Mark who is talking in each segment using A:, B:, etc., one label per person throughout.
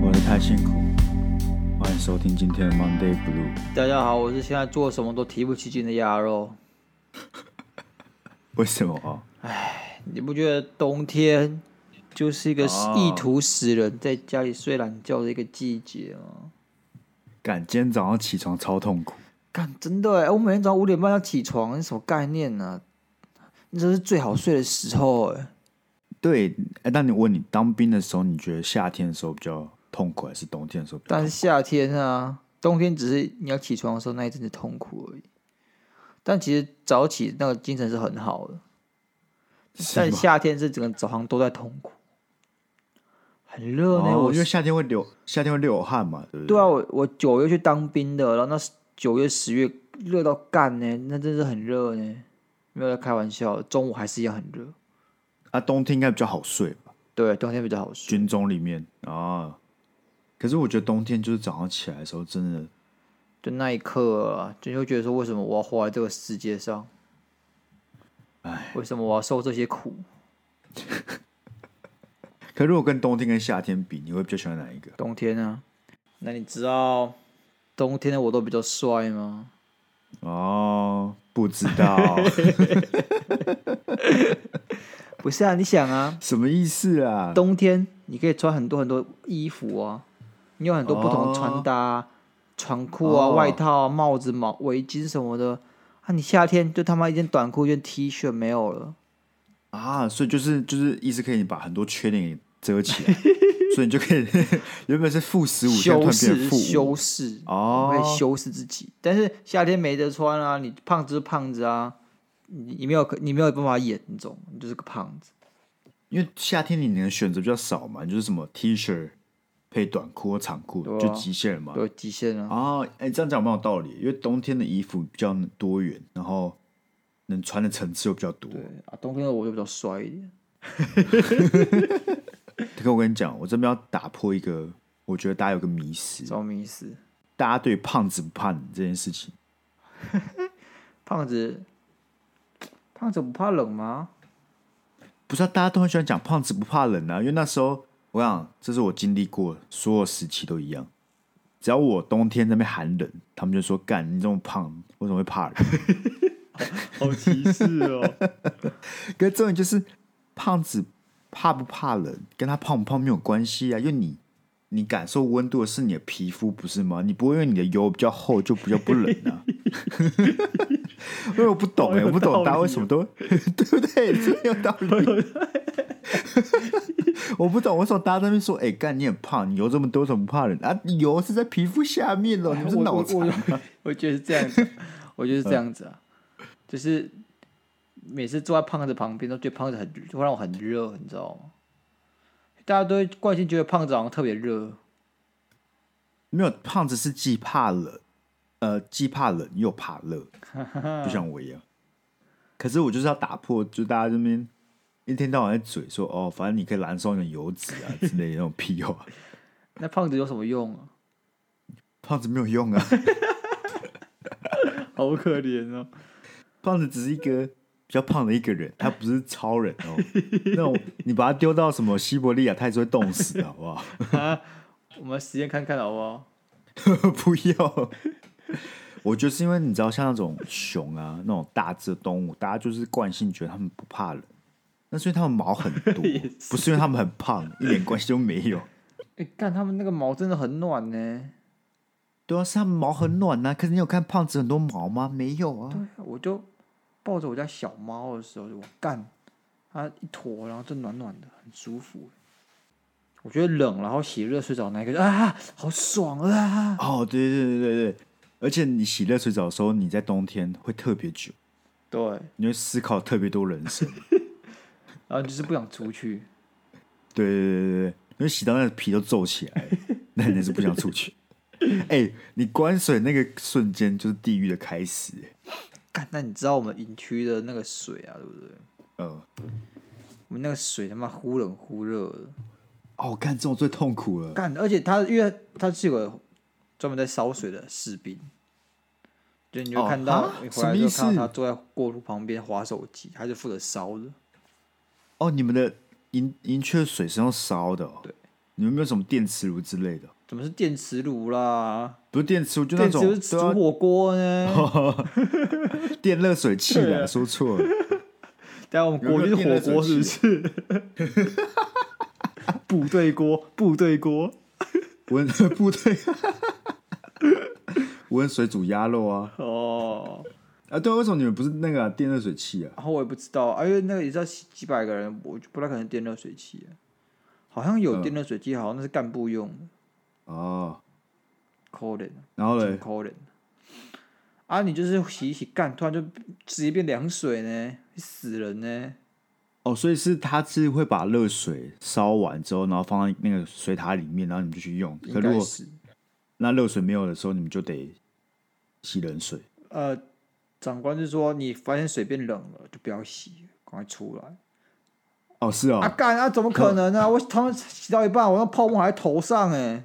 A: 活得太辛苦。欢迎收听今天的 Monday Blue。
B: 大家好，我是现在做什么都提不起劲的鸭肉。
A: 为什么啊？
B: 你不觉得冬天就是一个
A: 哦
B: 意图使人在家里睡懒觉的一个季节吗？
A: 赶今天早上起床超痛苦。
B: 干，真的哎，我每天早上五点半要起床，你什么概念呢、那这是最好睡的时候哎。
A: 对，哎，那你问你当兵的时候，你觉得夏天的时候比较痛苦，还是冬天的时候比较
B: 但
A: 痛
B: 是
A: 苦？
B: 夏天啊，冬天只是你要起床的时候那一阵子痛苦而已。但其实早起那个精神是很好的，但
A: 吗
B: 夏天是整个早上都在痛苦，很热呢、
A: 哦，
B: 我
A: 因为夏天会流，夏天会流汗嘛，对不对？
B: 对啊，，我我九月去当兵的，然后那时九月十月热到干呢、那真是很热呢、没有在开玩笑，中午还是一样很热。
A: 啊，冬天应该比较好睡吧？
B: 对，冬天比较好睡。
A: 军中里面啊，可是我觉得冬天就是早上起来的时候，真的
B: 就那一刻啊，就会觉得说，为什么我要活在这个世界上？
A: 唉，
B: 为什么我要受这些苦？
A: 可如果跟冬天跟夏天比，你会比较喜欢哪一个？
B: 冬天啊，那你知道冬天的我都比较帅吗？
A: 哦，不知 道
B: 不是啊，你想啊，
A: 什么意思啊？
B: 冬天你可以穿很多很多衣服啊，你有很多不同
A: 哦
B: 的穿搭、啊、长裤啊、
A: 哦
B: 外套啊、帽子、毛围巾什么的啊。你夏天就他妈一件短裤、一件 T 恤没有了，
A: 啊，所以就是就是意思可以把很多缺点给遮起 来，所以你就可以原本是负十五，现在突然
B: 修
A: 变
B: 饰
A: 成负
B: 修
A: 五。
B: 饰，
A: 哦
B: 你可以修饰自己。但是夏天没得穿啊，你胖子是胖子啊，你你没有你没有办法演，你懂吗，你就是个胖子。
A: 因为夏天你能选择比较少嘛，你就是什么 T 恤配短裤或长裤、
B: 对啊
A: 就极限了嘛。
B: 有极限啊！
A: 啊，哎、这样讲蛮有道理，因为冬天的衣服比较多元，然后能穿的层次又比较多。
B: 对啊，冬天的我就比较帅一点。
A: 可我跟你讲，我这边要打破一个，我觉得大家有个迷思，
B: 什么意思？
A: 大家对胖子不胖这件事情。
B: 胖子，胖子不怕冷吗？
A: 不是、啊、大家都很喜欢讲胖子不怕冷啊，因为那时候我想，这是我经历过所有时期都一样。只要我冬天在那边寒冷，他们就说：“干，你这么胖，为什么会怕冷
B: 好歧视哦！？”
A: 可是重点就是，胖子怕不怕冷，跟他胖不胖没有关系啊，因为你你感受温度的是你的皮肤，不是吗？你不会因为你的油比较厚就比较不冷啊。 因为我不懂哎、我不懂大家为什么都
B: 哦
A: 对不对？这没有道理。 我不懂，为什么大家在那边说，哎、干你很胖，你油这么多，怎么不怕冷啊？油是在皮肤下面哦，你们是
B: 我
A: 脑
B: 我
A: 残吗？
B: 我觉得是这样子，啊我觉得是这样子啊，就是每次坐在胖子旁边，都觉得胖子很会让我很热，你知道吗？大家都会惯性觉得胖子好像特别热，
A: 没有，胖子是既怕冷，呃，既怕冷又怕热，不像我一样。可是我就是要打破，就大家这边一天到晚在嘴说，哦，反正你可以燃烧你的油脂啊之类的那种屁话，
B: 那胖子有什么用啊？
A: 胖子没有用啊，
B: 好可怜哦！
A: 胖子只是一个比较胖的一个人，他不是超人哦。那种你把他丢到什么西伯利亚，他也是会冻死的，好不好？
B: 我们实验看看好不好？
A: 不要。我觉得是因为你知道，像那种熊啊，那种大只的动物，大家就是惯性觉得它们不怕冷，那是因为它们毛很 多
B: 也，
A: 不是因为它们很胖，一点关系都没有。
B: 哎、看他们那个毛真的很暖呢、
A: 对啊，是它们毛很暖呐、可是你有看胖子很多毛吗？没有啊。
B: 我就抱着我家小猫的时候，我干它一坨，然后就暖暖的，很舒服。我觉得冷，然后洗热水澡那一个啊，好爽啊！
A: 哦，对对对对对，而且你洗热水澡的时候，你在冬天会特别久，
B: 对，
A: 你会思考特别多人生。
B: 然后就是不想出去。
A: 对对对对对，因为洗到那个皮都皱起来了， 那你是不想出 去。哎、你关水那个瞬间就是地狱的开始、欸
B: 干，那你知道我们营区的那个水啊，对不对？
A: 嗯，
B: 我们那个水他妈忽冷忽热的。
A: 哦，干这种最痛苦了。
B: 干，而且他因为他是有个专门在烧水的士兵，就你会
A: 哦
B: 看到
A: 哈
B: 你回
A: 什
B: 来
A: 么
B: 就
A: 意
B: 看
A: 思
B: 到他坐在过路旁边划手机，他就负责烧的。
A: 哦，你们的银银雀水是用烧的、哦，
B: 对，
A: 你们没有什么电磁炉之类的？
B: 怎么是电磁炉啦？
A: 不是电磁炉，就那
B: 电磁炉
A: 种
B: 是
A: 对
B: 煮
A: 啊，哦
B: 火锅呢？
A: 电热水器
B: 对啊
A: 的，说错了，
B: 但我们锅就是火锅，是不是？ 部队锅，部队锅，
A: 温 不对，温水煮鸭肉啊
B: 哦。
A: 啊！对啊，为什么你们不是那个啊、电热水器啊？
B: 然后我也不知道，啊、因为那个也知道几几百个人，我就不太可能电热水器、好像有电热水器，好像那是干部用的，
A: 哦，
B: 可怜，
A: 然后嘞
B: 挺，可怜的。啊，你就是洗一洗干，突然就直接变凉水呢，死人呢。
A: 哦，所以是它是会把热水烧完之后，然后放在那个水塔里面，然后你们就去用。
B: 应
A: 可如
B: 该
A: 果
B: 是，
A: 那热水没有的时候，你们就得洗冷水。
B: 呃，长官就说你发现水变冷了，就不要洗，赶快出来。
A: 哦，是哦，
B: 啊干啊，怎么可能呢、啊？我他们洗到一半，我那泡沫还在头上哎、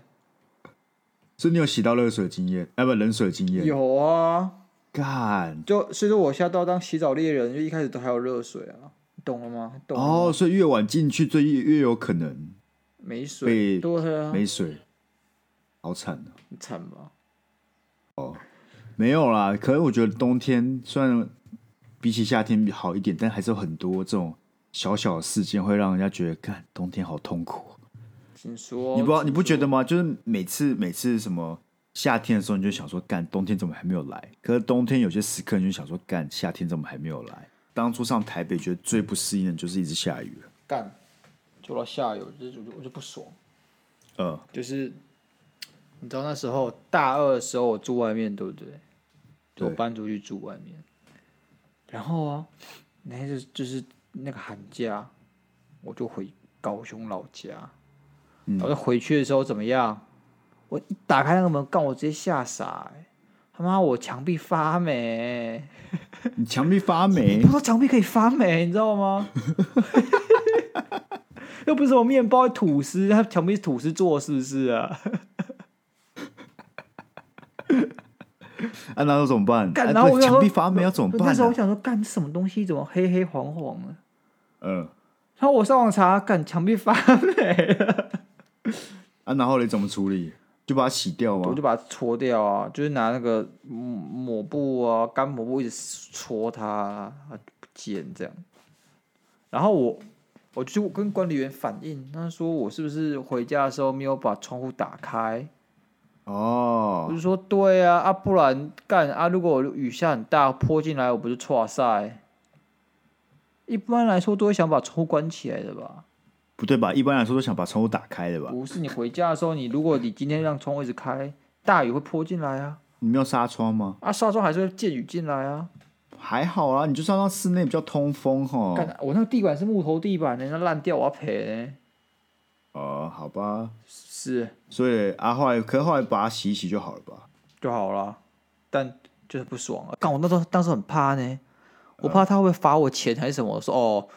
A: 所以你有洗到热水经验，啊不，冷水经验。
B: 有啊，
A: 干
B: 就所以说我现在都要当洗澡猎人，就一开始都还有热水啊，你懂了吗？懂了吗
A: 哦，所以越晚进去，最越越有可能
B: 没水，
A: 被
B: 对啊，
A: 没水，好惨啊！
B: 很惨吧？
A: 没有啦，可是我觉得冬天虽然比起夏天好一点，但还是有很多这种小小的事件会让人家觉得，干冬天好痛苦哦。
B: 请说，
A: 你不你不觉
B: 得？
A: 得吗？就是每次每次什么夏天的时候，你就想说，干冬天怎么还没有来？可是冬天有些时刻，你就想说，干夏天怎么还没有来？当初上台北，觉得最不适应的就是一直下雨了。
B: 干，做到下游，就是我就我就不爽，
A: 呃，
B: 就是你知道那时候大二的时候我住外面，对不对？就我
A: 对
B: 搬出去住外面，然后啊，那就就是那个寒假，我就回高雄老家，然后就回去的时候怎么样？我一打开那个门，干我直接吓傻、欸，他妈我墙壁发霉欸、
A: 你墙壁发霉
B: 你不，知道墙壁可以发霉，你知道吗？ 又不是我面包吐司，它墙壁是吐司做，是不是啊？
A: 啊，那要怎么办？
B: 干
A: 啊
B: 然后
A: 对
B: 我就
A: 墙
B: 说
A: 壁发霉要怎么
B: 那
A: 办啊
B: 时候我
A: 呢？
B: 想说，干这什么东西怎么黑黑黄黄的？
A: 嗯，
B: 然后我上网查，干墙壁发霉了，
A: 啊，然后你怎么处理？就把它洗掉啊
B: 我
A: 吗
B: 就？把它搓掉啊，就是拿那个抹抹布啊，干抹布一直搓它啊，它就不见这样。然后我我就跟管理员反映，他说我是不是回家的时候没有把窗户打开？我
A: 哦
B: 就，说对啊，啊不然干啊，如果我雨下很大泼进来，我不是错赛。一般来说都会想把窗户关起来的吧？
A: 不对吧？一般来说都想把窗户打开的吧？
B: 不是你回家的时候，你如果你今天让窗户一直开，大雨会泼进来啊，
A: 你没有纱窗吗？
B: 啊纱窗还是会溅雨进来啊。
A: 还好啊，你就是要让室内比较通风哈。
B: 干、我那个地板是木头地板的，那烂掉我要赔呢、
A: 哦，好吧，
B: 是
A: 所以啊，后来可是后来把它洗一洗就好了吧？
B: 就好了，但就是不爽啊。干我那时候当时很怕呢，我怕他会不会罚我钱还是什么？我说哦，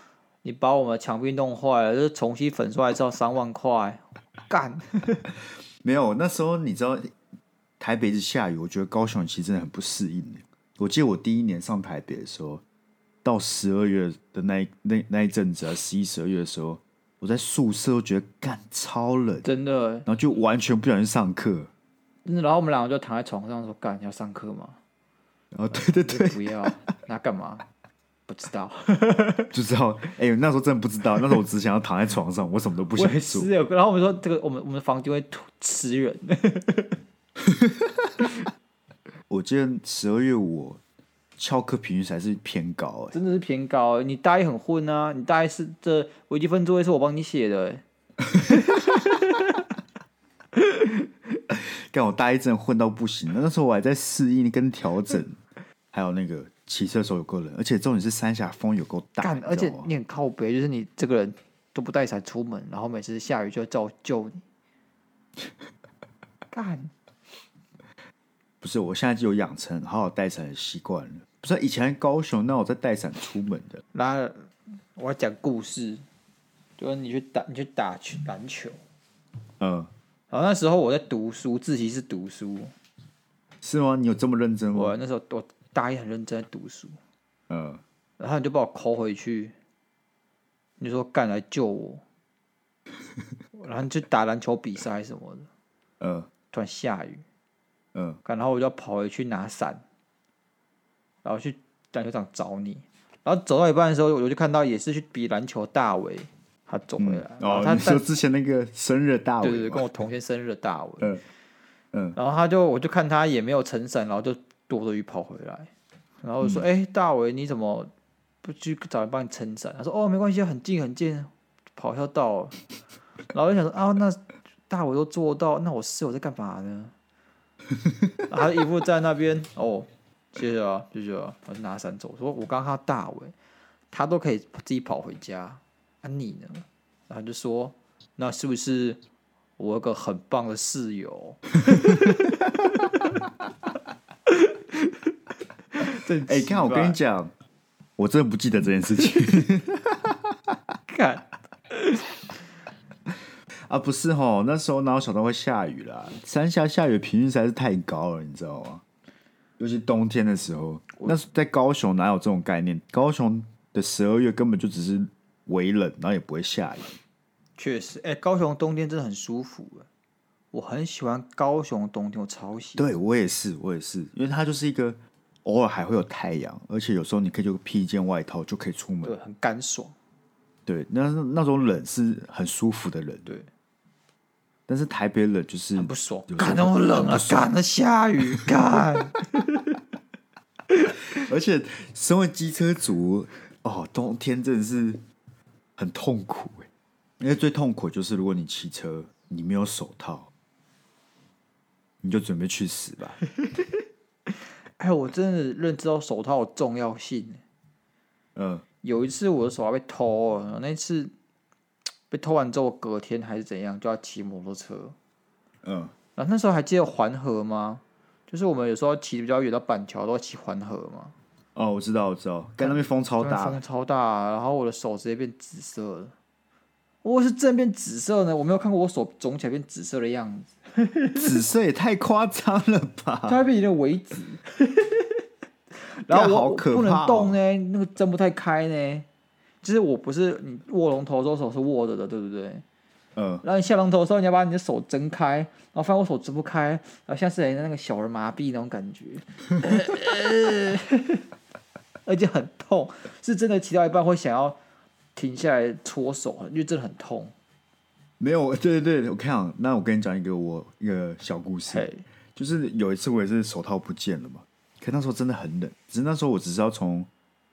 B: 你把我们的墙壁弄坏了，就是重新粉刷还是要三万块。干，
A: 没有，那时候你知道台北是下雨，我觉得高雄其实真的很不适应。我记得我第一年上台北的时候，到十二月的那一那那一阵子啊，十一、十二月的时候，我在宿舍都觉得干超冷，
B: 真的，
A: 然后就完全不想去上课。
B: 真的。然后我们两个就躺在床上说：“干，你要上课吗
A: 然后哦对对？”对，
B: 不要，那干嘛？不知道。
A: 就知道，哎、那时候真的不知道，那时候我只想要躺在床上，我什么都不
B: 我
A: 想
B: 也
A: 做。
B: 是有。欸然后我们说这个，我们我们的房间会吐吃人。
A: 我记得十二月我翘课频率还是偏高、哎，
B: 真的是偏高、欸。你大一很混啊，你大一是这微积分作业是我帮你写的、欸，
A: 干我大一真的混到不行，那时候我还在适应跟调整， 还有那个骑车的时候有够冷，而且重点是三峡风有够大，
B: 干，
A: 你
B: 而
A: 知
B: 且
A: 道吗
B: 你很靠北，就是你这个人都不带伞出门，然后每次下雨就要叫我救你，干，
A: 不是，我现在就有养成好好带伞的习惯了。不是以前在高雄，那我在带伞出门的，
B: 然后我要讲故事，就是你去打你去打球篮球，
A: 嗯，
B: 然后那时候我在读书，自习室读书，
A: 是吗？你有这么认真吗？
B: 我那时候我大一很认真在读书，
A: 嗯，
B: 然后你就把我扣回去，你就说干来救我， 然后你去打篮球比赛什么的，
A: 嗯
B: 突然下雨，
A: 嗯，
B: 干然后我就要跑回去拿伞，然后去篮球场找你，然后走到一半的时候，我就看到也是去比篮球大伟，他走回来，然后
A: 哦，
B: 啊他
A: 你说
B: 但
A: 之前那个生日大
B: 对对
A: 伟
B: 对，跟
A: 嘛，
B: 我同天生日的大伟，
A: 嗯嗯
B: 然后他就我就看他也没有撑伞，然后就躲着雨跑回来，然后我
A: 嗯
B: 说：“哎、大伟，你怎么不去找人帮你撑伞？”他说：“哦，没关系，很近很近，跑校到了。” 然后我就想说：“啊，那大伟都做到，那我室友在干嘛呢？”然后他一副在那边 哦，谢谢啊，谢谢啊，我就拿伞走。说我刚刚看到大伟，他都可以自己跑回家，啊你呢？然后就说：“那是不是我有个很棒的室友？” 真
A: 哎，看我跟你讲，我真的不记得这件事情
B: 看，
A: 啊，不是吼，那时候哪有想到会下雨啦？三峡下雨的频率实在是太高了，你知道吗？尤其冬天的时候，那时候在高雄哪有这种概念？高雄的十二月根本就只是微冷，然后也不会下雨。
B: 确实，哎、高雄冬天真的很舒服，哎我很喜欢高雄冬天，我超喜欢。
A: 对我也是，我也是，因为它就是一个偶尔还会有太阳，而且有时候你可以就披一件外套就可以出门。
B: 对，很干爽。
A: 对，那那种冷是很舒服的冷，
B: 对，
A: 但是台北冷就是
B: 很不爽
A: 有。时候
B: 干那么冷
A: 很
B: 啊
A: 不！爽
B: 干那下雨，干
A: 而且身为机车族，哦，冬天真的是很痛苦哎，因为最痛苦就是如果你骑车你没有手套，你就准备去死吧。
B: 哎，我真的认知到手套的重要性。哎
A: 嗯，
B: 有一次我的手套被偷了，那一次被偷完之后，隔天还是怎样，就要骑摩托车。
A: 嗯，
B: 然后那时候还记得环河吗？就是我们有时候骑比较远到板桥，都要骑环河嘛。
A: 哦，我知道，我知道，干那边风超
B: 真的
A: 大，
B: 风超大，然后我的手直接变紫色了。我是真变紫色呢，我没有看过我手肿起来变紫色的样子，
A: 紫色也太夸张了吧？
B: 它会变成微 紫。然
A: 干
B: 后啊我
A: 好
B: 我
A: 可
B: 不
A: 怕
B: 能
A: 哦
B: 动呢，那个睁不太开呢。就是我不是你握龙头的时候手是握着的，对不对？
A: 嗯，
B: 然后你下龙头的时候，你要把你的手睁开，然后发现我手睁不开，然后像是人家那个小儿麻痹那种感觉， 而且很痛，是真的骑到一半会想要停下来搓手，因为真的很痛。
A: 没有，对对对，我看啊，那我跟你讲一个我一个小故事
B: 嘿，，
A: 就是有一次我也是手套不见了嘛，可那时候真的很冷，只是那时候我只是要从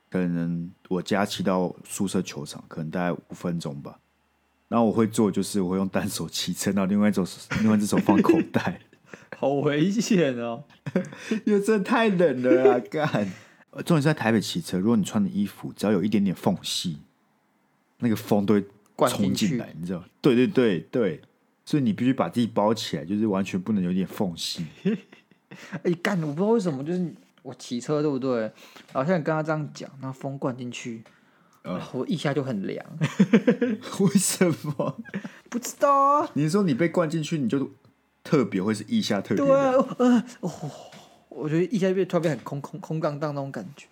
A: 可能我家骑到宿舍球场，可能大概五分钟吧。然后我会做就是我会用单手骑车，然后另外一手另外一只手放口袋，
B: 好危险哦！
A: 因为真的太冷了啊！干，呃 重点是在台北骑车，如果你穿的衣服只要有一点点缝隙，那个风都会
B: 灌
A: 冲
B: 进去
A: 进来，你知道？对对对对，所以你必须把自己包起来，就是完全不能有一点缝隙。
B: 哎，干，我不知道为什么，就是我骑车对不对？然后像你刚刚这样讲，那风灌进去，
A: 嗯
B: 然后我一下就很凉，
A: 为什么？
B: 不知道啊。
A: 你说你被灌进去，你就特别会是腋下特别
B: 对啊
A: 凉？，
B: 呃，哦，我觉得一下就变突然变很空空空荡荡那种感觉。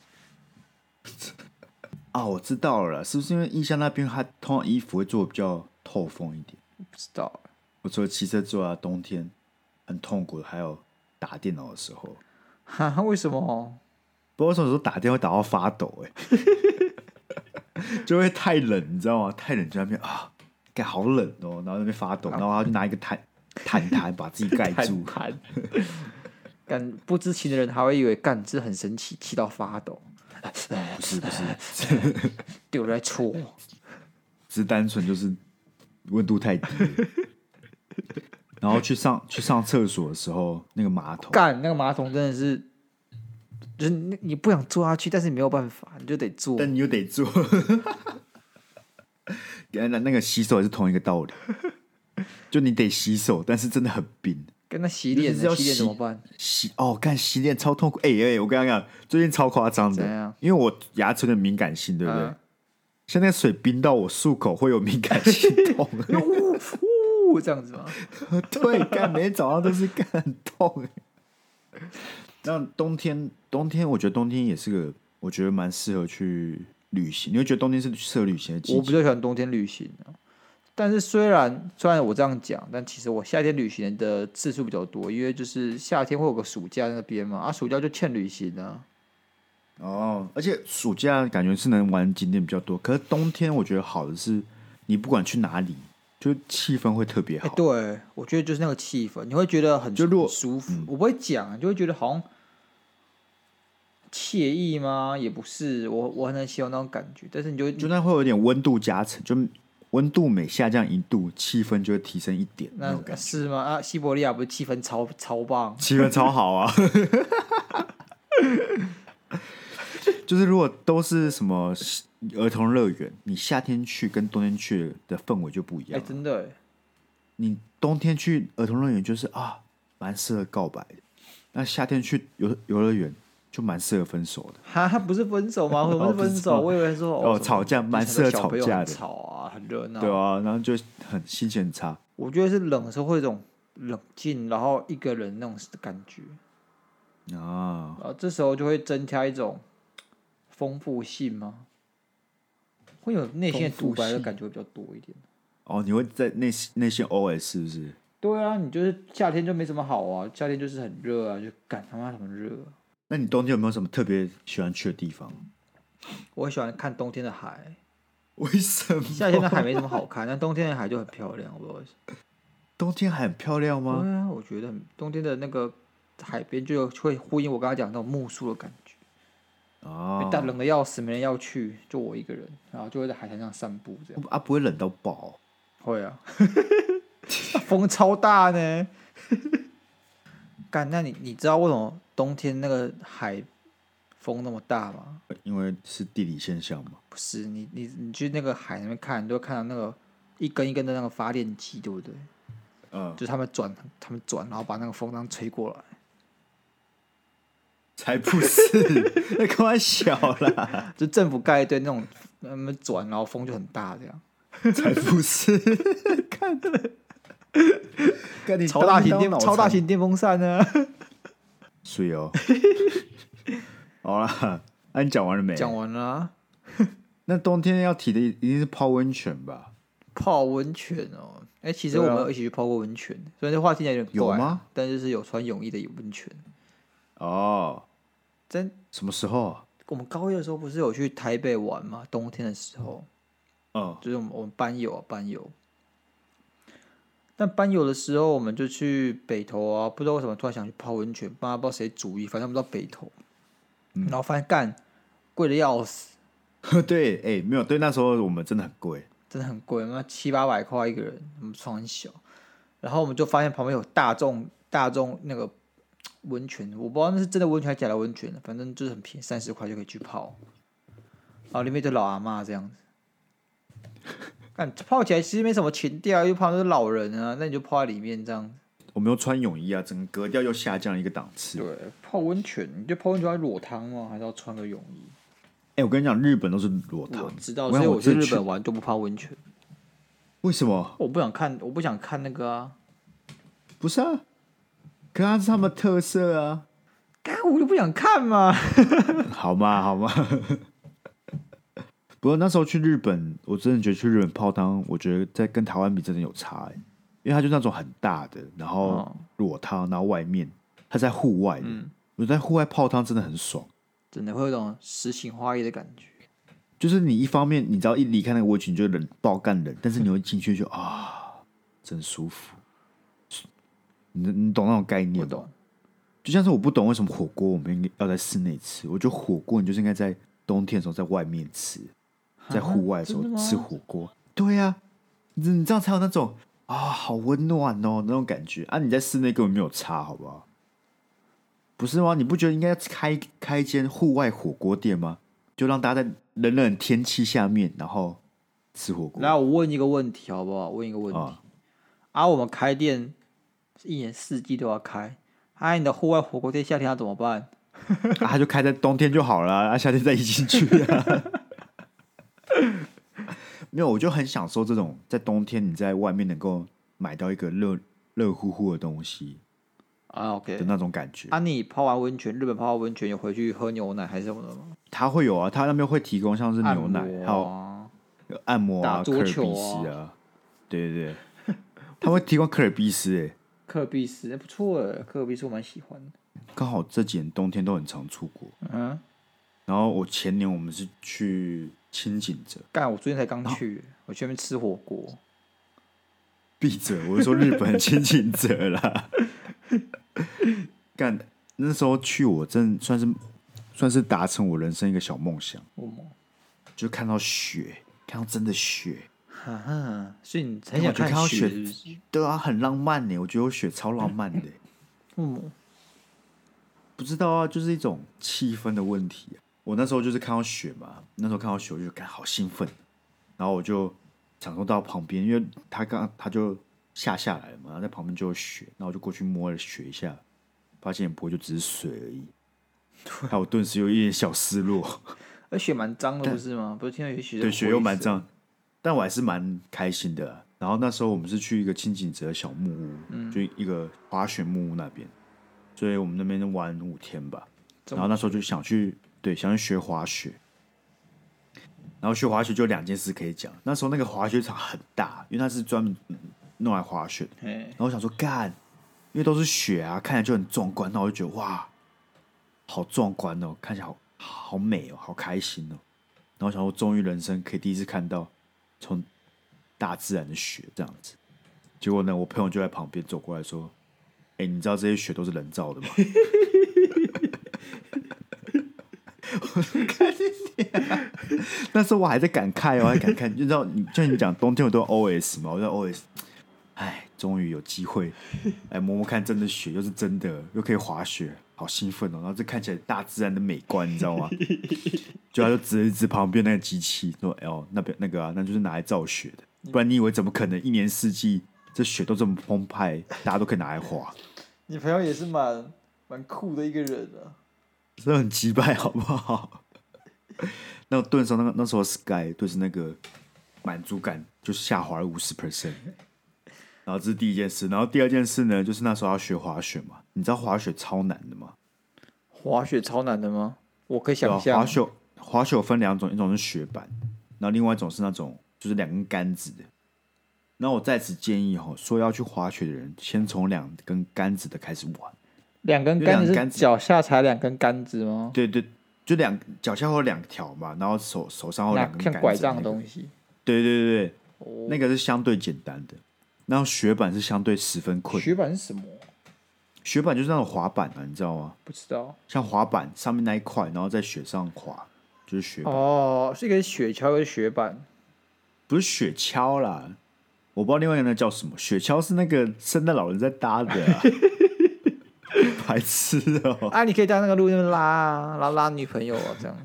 A: 啊，我知道了啦，是不是因为腋下那边它通常衣服会做的比较透风一点？
B: 不知道，
A: 我除了骑车之外啊，冬天很痛苦，还有打电脑的时候。
B: 哈，为什么？，
A: 不知道为什么有时候打电话打到发抖、哎，就会太冷，你知道吗？太冷就在那边啊，盖好冷哦，然后在那边发抖，然后他就拿一个毯毯毯把自己盖住
B: 谈，干不知情的人还会以为干这很神奇，气到发抖，
A: 呃不是哎不 是，是
B: 对我来戳。
A: 只是单纯就是温度太低了。然后去上去上厕所的时候，那个马桶
B: 干那个马桶真的是，就是你你不想坐下去，但是你没有办法，你就得坐。
A: 但你又得做。原来那个洗手也是同一个道理，就你得洗手，但是真的很冰。
B: 跟那洗
A: 尤其
B: 脸
A: 是
B: 呢，
A: 要
B: 洗脸怎
A: 洗
B: 么办？
A: 洗哦，干洗脸超痛苦。哎、哎、我跟你讲，最近超夸张
B: 怎
A: 的
B: 样，
A: 因为我牙齿有点敏感性，对不对？
B: 嗯
A: 现在水冰到我漱口会有敏感性 痛，
B: 呜呜，这样子吗？
A: 对，干每天早上都是干很痛。欸 那冬天，冬天我觉得冬天也是个，我觉得蛮适合去旅行。你会觉得冬天是适合旅行的季
B: 我
A: 节？
B: 比较喜欢冬天旅行啊、但是虽然虽然我这样讲，但其实我夏天旅行的次数比较多，因为就是夏天会有个暑假在那边嘛，啊，暑假就欠旅行啊。
A: 哦，而且暑假感觉是能玩景点比较多，可是冬天我觉得好的是，你不管去哪里，就气氛会特别
B: 哎、
A: 好。
B: 对，我觉得就是那个气氛，你会觉得很
A: 就如果
B: 舒服。我不会讲，就会觉得好像惬意吗？也不是，我我很能形容那种感觉，但是你就
A: 就那会有点温度加成，就温度每下降一度，气氛就会提升一点那
B: 那
A: 种感觉，
B: 是吗？啊，西伯利亚不是气氛超超棒？
A: 气氛超好啊！ 就是如果都是什么儿童乐园，你夏天去跟冬天去的氛围就不一
B: 哎、
A: 样。
B: 真的哎，
A: 你冬天去儿童乐园就是啊，蛮适合告白的；那夏天去游游乐园就蛮适合分手的。
B: 哈，不是分 手吗？我
A: 哦
B: 们是分手，
A: 不
B: 我以为说
A: 哦
B: 什么
A: 吵架
B: 就
A: 蛮
B: 是
A: 适合
B: 小
A: 吵
B: 朋友
A: 架
B: 很
A: 的
B: 吵啊，很热闹。
A: 对啊，然后就很心情很差。
B: 我觉得是冷的时候会有一种冷静，然后一个人那种感觉，
A: 啊，
B: 然后这时候就会增加一种丰富性吗？会有内心的独白的感觉会比较多一点。
A: 哦，你会在内心内心 OS 是不是？
B: 对啊，你就是夏天就没什么好啊，夏天就是很热啊，就干他妈什么热啊、
A: 那你冬天有没有什么特别喜欢去的地方？
B: 我很喜欢看冬天的海，
A: 为什么？
B: 夏天的海没什么好看，但冬天的海就很漂亮，我不知道为什么。
A: 冬天海很漂亮吗？
B: 对啊，我觉得很冬天的那个海边就有会呼应我刚刚讲那种木树的感觉，
A: 啊，
B: 但冷的要死，没人要去，就我一个人，然后就会在海滩上散步这样。
A: 啊，不会冷到爆。
B: 会啊， 风超大呢。 干，那你你知道为什么冬天那个海风那么大吗？
A: 呃因为是地理现象嘛。
B: 不是，你你你去那个海那边看，你都会看到那个一根一根的那个发电机，对不对？
A: 嗯，
B: 就是他们转，他们转，然后把那个风这样吹过来。
A: 才不是， 那开玩笑 啦，
B: 就政府盖一堆那种，那么转，然后风就很大，这样
A: 才不是。 看， 看你
B: 超大型电
A: 当
B: 超
A: 当
B: 大，
A: 脑残
B: 型电风扇 呢、
A: 水哦。好啦，那、你讲完了没？
B: 讲完了啊、
A: 那冬天要提的一定是泡温泉吧？
B: 泡温泉哦，哎、其实我
A: 对啊
B: 们有一起去泡过温泉，虽然这话听起来有点
A: 有
B: 怪啊、
A: 吗
B: 但就是有穿泳衣的温泉。
A: 哦，
B: 真，
A: 什么时候啊？
B: 我们高一的时候不是有去台北玩吗？冬天的时候，
A: 嗯，
B: 就是我们我们班友啊班友。但班友的时候，我们就去北投啊，不知道为什么突然想去泡温泉，爸不知道谁主意，反正我们到北投，
A: 嗯
B: 然后发现干贵的要死，
A: 对，哎、没有，对，那时候我们真的很贵。
B: 真的很贵，那七八百块一个人，我们床很小，然后我们就发现旁边有大众大众那个温泉，我不知道那是真的温泉还是假的温泉，反正就是很便宜，三十块就可以去泡，然后里面就老阿嬷这样子，看泡起来其实没什么情调，因为旁边都是老人啊，那你就泡在里面这样子。
A: 我们又穿泳衣啊，整个格调又下降了一个档次。
B: 对，泡温泉，你就泡温泉要裸汤吗？还是要穿个泳衣？啊
A: 哎、我跟你讲，日本都是裸
B: 我
A: 汤，
B: 知道，
A: 我
B: 所以
A: 想
B: 我
A: 自
B: 去
A: 己
B: 日本玩就不泡温泉，
A: 为什么？
B: 我不想看，我不想看那个啊。
A: 不是啊，可它是他们特色啊，
B: 干我就不想看嘛！
A: 好嘛好嘛。 不过那时候去日本，我真的觉得去日本泡汤，我觉得在跟台湾比真的有差、欸，因为它就那种很大的，然后
B: 哦
A: 裸汤，然后外面它在户外的，我在户外泡汤真的很爽。
B: 真的会有一种诗情画意的感觉。
A: 就是你一方面你只要一离开那个温泉你就冷爆干冷，但是你会进去就啊，真舒 服。你你懂那种概念吗？
B: 我懂，
A: 就像是我不懂为什么火锅我们应该要在室内吃，我觉得火锅你就是应该在冬天的时候在外面吃，在户外的时候
B: 啊真的吗
A: 吃火锅。对呀、你你这样才有那种啊，好温暖哦那种感觉啊！你在室内根本没有差，好不好？不是吗？你不觉得应该开开一间户外火锅店吗？就让大家在冷冷天气下面，然后吃火锅。
B: 来，我问一个问题好不好？问一个问题
A: 啊
B: 啊我们开店一年四季都要开，啊，你的户外火锅店夏天要怎么办？
A: 啊，他就开在冬天就好了，啊，夏天再移进去、啊。 没有，我就很享受这种在冬天你在外面能够买到一个热热乎乎的东西，
B: 啊
A: 的
B: ，OK。
A: 那种感觉。
B: 啊，你泡完温泉，日本泡完温泉有回去喝牛奶还是什么的吗？
A: 他会有啊，他那边会提供像是牛奶，还
B: 按摩
A: 有
B: 啊，
A: 有按摩啊、
B: 打
A: 科
B: 桌
A: 尔
B: 球
A: 必斯啊，对对对， 他会提供科尔必斯、欸，
B: 科尔必斯、哎不错哎，科尔必斯我蛮喜欢的。
A: 刚好这几年冬天都很常出国。
B: 嗯，
A: 然后我前年我们是去清景泽，
B: 干，我昨天才刚去，
A: 哦
B: 我去那边吃火锅。
A: 闭嘴！我是说日本清景泽啦。 干，那时候去我真算是算是达成我人生一个小梦想，
B: 我吗？
A: 就看到雪，看到真的雪，
B: 哈哈，所以你很
A: 我
B: 想
A: 就看到
B: 雪
A: 雪
B: 是不是？
A: 对啊，很浪漫呢。我觉得有雪超浪漫的，
B: 嗯，
A: 不知道啊，就是一种气氛的问题啊、我那时候就是看到雪嘛，那时候看到雪我就感好兴奋，然后我就想说到旁边，因为他刚他就下下来了嘛，然后在旁边就有雪，然后我就过去摸了雪一下，发现也不会就只是水而已，那我顿时有一点小失落，
B: 而雪蛮脏的，不是吗？不是听到有雪是
A: 对，雪又蛮
B: 灰色，
A: 脏，但我还是蛮开心的啊、然后那时候我们是去一个清景泽的小木屋，
B: 嗯
A: 就一个滑雪木屋那边，所以我们那边玩五天吧。
B: 这
A: 然
B: 么
A: 后那时候就想去，对，想去学滑雪。然后学滑雪就有两件事可以讲。那时候那个滑雪场很大，因为它是专门嗯弄来滑雪的。
B: 嘿，
A: 然后我想说干，因为都是雪啊，看起来就很壮观。那我就觉得哇，好壮观哦，看起来好好美哦，好开心哦。然后我想说，终于人生可以第一次看到从大自然的雪这样子。结果呢，我朋友就在旁边走过来说：“哎、你知道这些雪都是人造的吗？” 我说干你娘那 时候我还在感慨哦，还感慨，你知道，你就像你讲冬天我都 OS 嘛，我在 OS，哎，终于有机会来摸摸看，真的雪又是真的，又可以滑雪，好兴奋哦！然后这看起来大自然的美观，你知道吗？就他就指了指旁边那个机器，说：“哎呦，那边那个啊，那就是拿来造雪的，不然你以为怎么可能一年四季这雪都这么澎湃，大家都可以拿来滑？
B: 你朋友也是蛮蛮酷的一个人啊。
A: 这很击败， 好不好？”那顿时那个那时候 Sky 顿时那个满足感就下滑了五十 percent。然后这是第一件事，然后第二件事呢，就是那时候要学滑雪嘛。你知道滑雪超难的吗？
B: 滑雪超难的吗？我可以
A: 对啊
B: 想象
A: 滑，雪，滑雪有分两种，一种是雪板，然后另外一种是那种就是两根杆子的。那我在此建议哦，说要去滑雪的人，先从两根杆子的开始玩。
B: 两根
A: 有
B: 杆
A: 两
B: 子是
A: 杆子
B: 脚下踩两根杆子吗？
A: 对对，就两脚下会有两条嘛，然后手手上会有
B: 那
A: 两根杆子、那个。
B: 像拐杖的东西。哦
A: 对对对对，那个是相对简单的，然后雪板是相对十分困。
B: 雪板是什么？
A: 雪板就是那种滑板啊，你知道吗？
B: 不知道。
A: 像滑板上面那一块，然后在雪上滑，就是雪板，
B: 哦，是一个雪橇，一个雪板。
A: 不是雪橇啦。我不知道另外一个那叫什么，雪橇是那个圣诞老人在搭的、 啊，白痴哦、
B: 啊，你可以在那个路那边拉啊，拉拉女朋友啊，这样。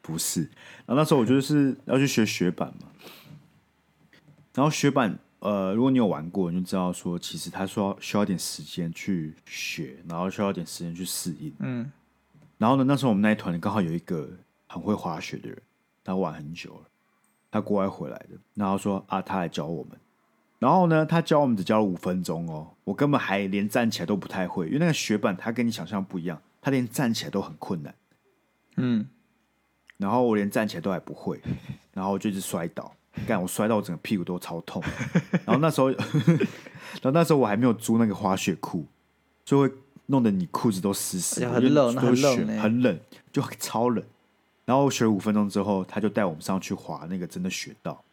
A: 不是。然后那时候我就是要去学雪板嘛，然后雪板，呃，如果你有玩过，你就知道说，其实它说需要点时间去学，然后需要点时间去适应。
B: 嗯，
A: 然后呢，那时候我们那一团刚好有一个很会滑雪的人，他玩很久了，他国外回来的，然后说啊，他来教我们。然后呢，他教我们只教了五分钟哦，我根本还连站起来都不太会，因为那个雪板它跟你想象不一样，它连站起来都很困难。
B: 嗯，
A: 然后我连站起来都还不会，然后我就一直摔倒，干我摔到我整个屁股都超痛。然后那时候， 然后那时候我还没有租那个滑雪裤，就会弄得你裤子都湿湿的，
B: 而且哎很冷
A: 因为
B: 那
A: 都
B: 很
A: 是
B: 冷
A: 雪
B: 欸
A: 很冷，就超冷。然后学了五分钟之后，他就带我们上去滑那个真的雪道。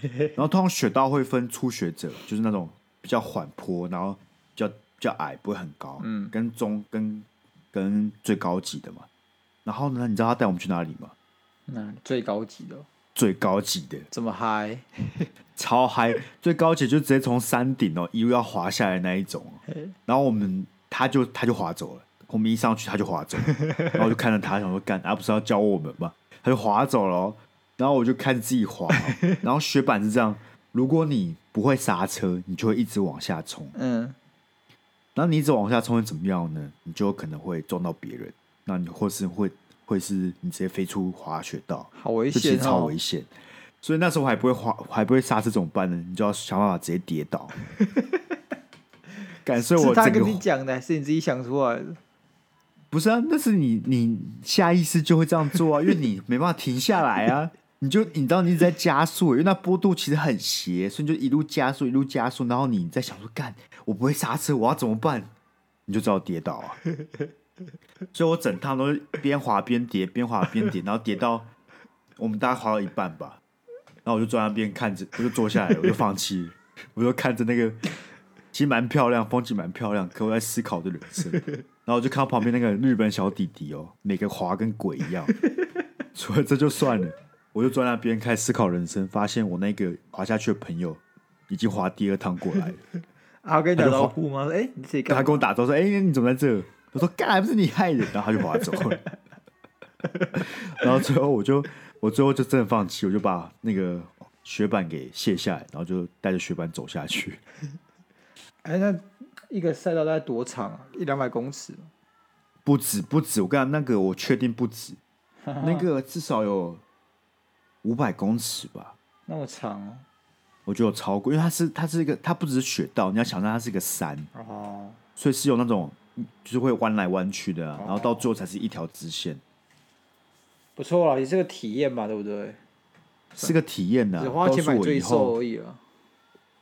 A: 然后通常雪道会分初学者，就是那种比较缓坡，然后比较比较矮，不会很高，嗯，跟中跟跟最高级的嘛。然后呢，你知道他带我们去哪里吗？
B: 那最高级的，
A: 最高级的，
B: 这么嗨，
A: 超嗨，最高级就直接从山顶哦一路要滑下来那一种哦、
B: 嘿
A: 然后我们他就他就滑走了，我们一上去他就滑走了，然后我就看着他想说干，啊他、不是要教我们吗？他就滑走了哦、然后我就看自己滑哦、然后雪板是这样，如果你不会刹车，你就会一直往下冲，
B: 嗯，
A: 然后你一直往下冲会怎么样呢？你就有可能会撞到别人，那你或是会会是你直接飞出滑雪道，
B: 好危
A: 这其实
B: 险
A: 超
B: 哦
A: 危。险。所以那时候我还 不会滑，我还不会刹车怎么办呢？你就要想办法直接跌倒。感受
B: 是
A: 我
B: 他
A: 整
B: 跟
A: 个
B: 你讲的，还是你自己想出来的？
A: 不是啊，那是你你下意识就会这样做啊，因为你没办法停下来啊，你就你知道你一直在加速，因为那坡度其实很斜，所以你就一路加速一路加速，然后你在想说干，我不会刹车，我要怎么办？你就知道跌倒啊。所以我整趟都是边滑边跌，边滑边跌，然后跌到我们大概滑到一半吧，然后我就坐在那边看着，我就坐下来了，我就放弃 了，我就看着那个，其实蛮漂亮，风景蛮漂亮，可我在思考我的人生。然后我就看到旁边那个日本小弟弟哦，每个滑跟鬼一样。除了这就算了，我就坐在那边开始思考人生，发现我那个滑下去的朋友已经滑第二趟过来了。
B: 啊，我跟你
A: 他
B: 打
A: 就
B: 招
A: 好
B: 呼吗？哎、你自己干嘛
A: 他跟我打招呼说：“哎、你怎么在这？”我说：“干，还不是你害的。”然后他就滑走了。然后最后我就，我最后就真的放弃，我就把那个雪板给卸下来，然后就带着雪板走下去。
B: 哎、那一个赛道大概多长啊？一两百公尺吗。
A: 不止不止，我跟你讲，那个我确定不 止，那个至少有五百公尺吧。
B: 那么长哦。
A: 我觉得有超过，因为它是它是一个，它不只是雪道，你要想象它是一个山，
B: 哦，
A: 所以是有那种就是会弯来弯去的、啊，然后到最后才是一条直线，
B: 不错啊啦，也是个体验吧，对不对？
A: 是个体验的、啊。
B: 只花钱
A: 告
B: 买
A: 诉我
B: 罪
A: 以后，
B: 受而已啊，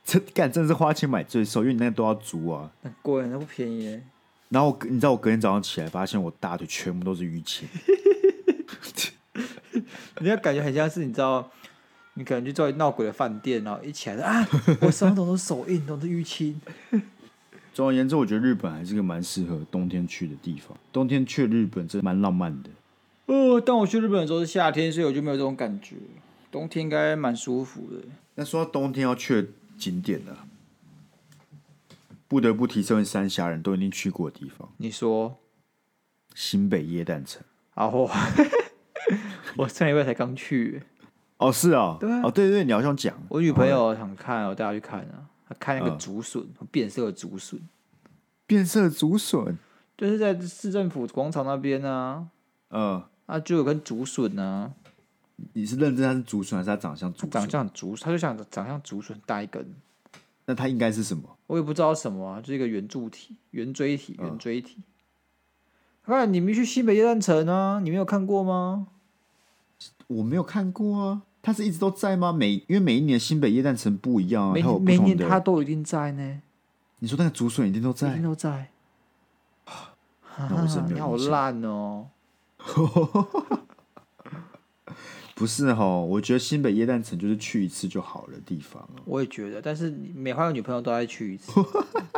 A: 这干真的是花钱买罪受，因为你那个都要租啊。
B: 很贵，那不便宜耶。
A: 然后我隔你知道我隔天早上起来，发现我大腿全部都是淤青，
B: 你要感觉很像是你知道，你可能去做闹鬼的饭店，然后一起来啊，我手上都是手印，都是淤青。
A: 总而言之，我觉得日本还是个蛮适合冬天去的地方。冬天去日本真的蛮浪漫的。
B: 哦，但我去日本的时候是夏天，所以我就没有这种感觉。冬天应该蛮舒服的。
A: 那说到冬天要去的景点呢、啊，不得不提这位三峡人都一定去过的地方
B: 你说？
A: ——新北耶诞城。
B: 啊我 我上礼拜才刚去耶，
A: 哦，是哦，
B: 对啊
A: 哦，对对，你好像讲，
B: 我女朋友想看，我带她去看啊，她看那个
A: 嗯
B: 竹笋，变色的竹笋，
A: 变色竹笋，
B: 就是在市政府广场那边啊，
A: 嗯，
B: 啊就有根竹笋啊，
A: 你是认真它是竹笋还是它长相竹
B: 长
A: 笋？
B: 相竹，它就像长相竹笋大一根，
A: 那它应该是什么？
B: 我也不知道什么啊，就是一个圆柱体、圆锥体、
A: 嗯
B: 圆锥体。看你们去西北夜诞城啊，你没有看过吗？
A: 我没有看过啊，它是一直都在吗？每因为每一年新北耶诞城不一样啊，
B: 每
A: 它有不
B: 每
A: 同
B: 年它
A: 的。
B: 都一定在呢，
A: 你说那个竹笋一定都
B: 一
A: 在
B: 定，都在。
A: 那我真没有
B: 你啊好
A: 印象
B: 烂哦！
A: 不是哈？我觉得新北耶诞城就是去一次就好了地方啊。
B: 我也觉得，但是你每换个女朋友都要 去一次，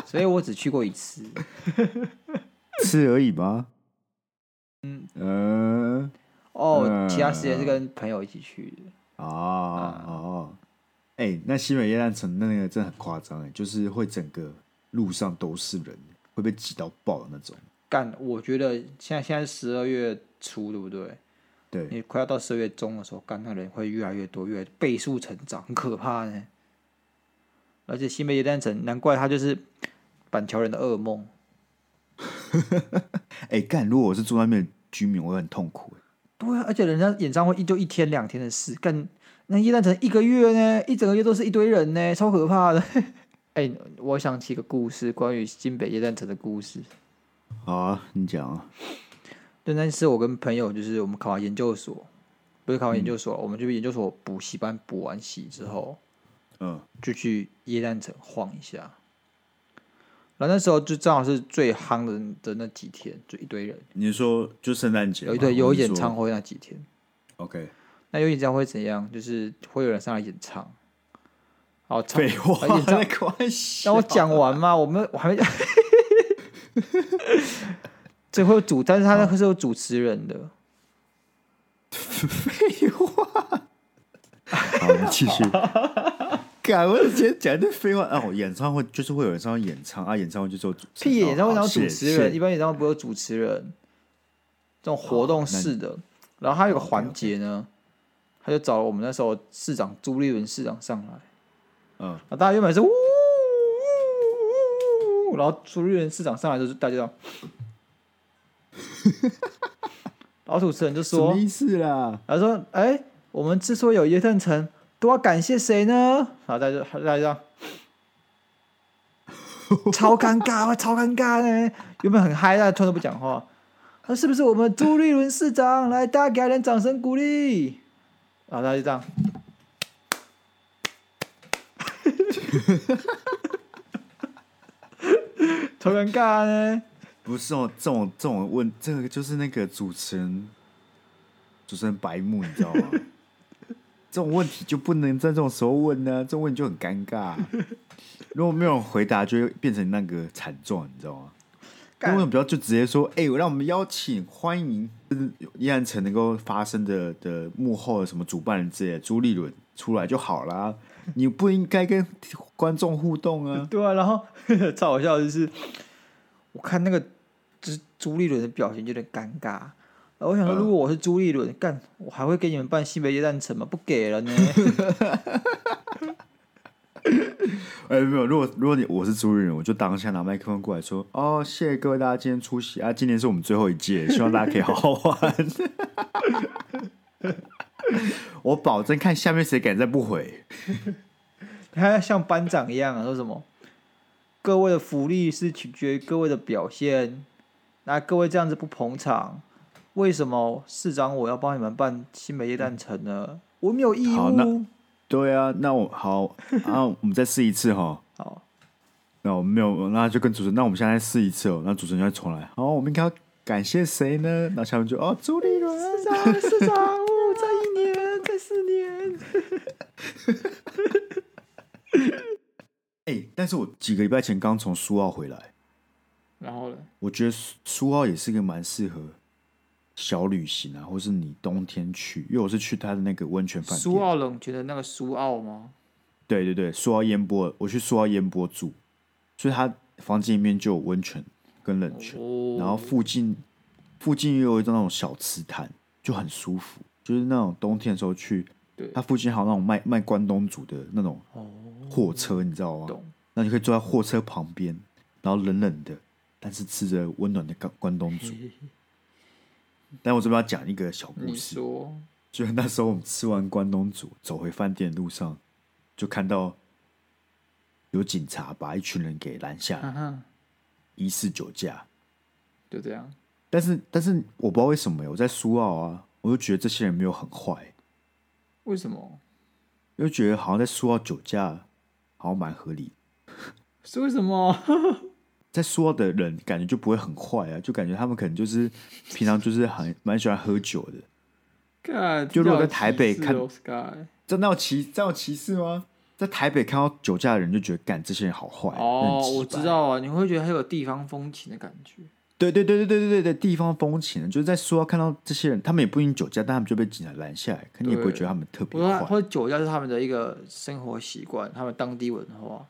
B: 所以我只去过一次。
A: 吃而已吗？嗯
B: 哦，其他时间是跟朋友一起去的。
A: 呃啊哦，哎、那西北夜诞城那个真的很夸张哎，就是会整个路上都是人，会被挤到爆的那种。
B: 干，我觉得现在现在十二月初，对不对？
A: 对，
B: 你快要到十二月中的时候，干那人会越来越多，越来倍速成长，很可怕呢。而且新北耶诞城，难怪它就是板桥人的噩梦。
A: 哎、干，如果我是住那边的居民，我会很痛苦哎。
B: 对啊，而且人家演唱会一就一天两天的事，干那耶诞城一个月呢，一整个月都是一堆人呢，超可怕的。 哎、我想起一个故事，关于新北耶诞城的故事。
A: 好啊，你讲啊，
B: 对，那次我跟朋友就是我们考完研究所，不是考完研究所，我们去研究所补习班补完习之后，
A: 嗯，
B: 就去耶诞城晃一下。然后那时候就正好是最夯的的那几天，就一堆人，
A: 你是说就圣诞节
B: 有
A: 吗
B: 一堆哦有
A: 还是
B: 演唱
A: 说
B: 会那几天。
A: ，OK，
B: 那有演唱会怎样？就是会有人上来演唱，好唱
A: 废话，
B: 啊演唱
A: 那关系。啊
B: 让我讲完嘛，我们我 还没， 最后主，但是他那个是有主持人的，
A: 好，你继续。干，我直接讲这废话哦。演唱会就是会有人上去演唱啊，演唱会就做主持
B: 屁！
A: 人。哦
B: 演唱会哪有主
A: 是
B: 持人？一般演唱会不会有主持人，这种活
A: 哦
B: 动式的。然后还有个环节呢，他就找了我们那时候市长朱立伦市长上来，
A: 嗯
B: 然后大家原本是呜呜呜，然后朱立伦市长上来就是大家这样， 然后主持人就
A: 什么
B: 说，
A: 意思啊啦？
B: 然后说，哎、我们之所以有叶圣城，都要感谢谁呢？然后大家就大家就这样。超尴尬，超尴尬呢。原本很嗨，但突然都不讲话。他说：“是不是我们朱立伦市长？来，大家给他点掌声鼓励。”然后大家就这样。 超尴尬呢。
A: 不是哦，这种这种问，这个就是那个主持人，主持人白目，你知 道吗？这种问题就不能在这种时候问呢、这种问题就很尴尬、如果没有人回答，就会变成那个惨状，你知道吗？那
B: 干！
A: 为什么不要就直接说，哎、我让我们邀请欢迎，就是叶安城能够发生的的幕后的什么主办人之类的，朱立伦出来就好啦。你不应该跟观众互动啊
B: 对啊，然后 超好笑的就是，我看那个就是朱立伦的表情就有点尴尬。然后我想说，
A: 嗯
B: 如果我是朱立伦，干我还会给你们办西北夜诞城吗？不给了呢。
A: 哎、没有，如果如果你我是朱立伦，我就当下拿麦克风过来说，哦，谢谢各位大家今天出席啊，今年是我们最后一届，希望大家可以好好玩。 我保证看下面谁敢再不回。
B: 他要像班长一样啊，说什么各位的福利是取决于各位的表现，那各位这样子不捧场，为什么市长我要帮你们办新北夜诞城呢？我没有义
A: 好那
B: 务。
A: 对啊，那我好啊，我们再试一次哈。
B: 好，
A: 那我们没有，那就跟主持人，那我们现在再试一次哦。那主持人就要重来。好，我们应该要感谢谁呢？那下面就哦，朱立伦。
B: 市长，市长，哦，再一年，再四年。
A: 哎、但是我几个礼拜前刚从苏澳回来，
B: 然后呢？
A: 我觉得苏苏澳也是一个蛮适合小旅行啊，或是你冬天去，因为我是去他的那个温泉饭
B: 苏
A: 店。
B: 澳冷觉得那个苏澳吗？
A: 对对对，苏澳烟波，我去苏澳烟波住，所以他房间里面就有温泉跟冷泉。
B: 哦，
A: 然后附近附近也有一种那种小吃摊，就很舒服，就是那种冬天的时候去
B: 对，哦
A: 它附近还有那种卖卖关东煮的那种货车，你知道吗
B: 懂？
A: 那你可以坐在货车旁边，然后冷冷的，但是吃着温暖的关关东 煮。但我这边要讲一个小故
B: 你
A: 事，
B: 说
A: 就是那时候我们吃完关东煮，走回饭店的路上，就看到有警察把一群人给拦下
B: 哈
A: 来，
B: 啊哈，
A: 疑似酒驾。
B: 就这样。
A: 但是但是我不知道为什么耶我在苏澳啊，我就觉得这些人没有很坏，
B: 为什么？
A: 因为觉得好像在苏澳酒驾好像蛮合理的，
B: 是为什么？
A: 在苏澳的人感觉就不会很坏啊，就感觉他们可能就是平常就是很蛮喜欢喝酒的，
B: 看，
A: 就如果在
B: 要
A: 台北
B: 歧视
A: 看
B: 哦，Sky，
A: 这哪有歧这哪有歧视吗？在台北看到酒驾的人就觉得干这些人好坏
B: 哦，我知，
A: 很鸡巴
B: 道啊，你会觉得很有地方风情的感觉。
A: 对对对对对对对对，地方风情就是在苏澳看到这些人，他们也不一定酒驾，但他们就被警察拦下来，肯定也不会
B: 对
A: 觉得他们特别
B: 我说，
A: 坏，
B: 或者酒驾是他们的一个生活习惯，他们当地文化。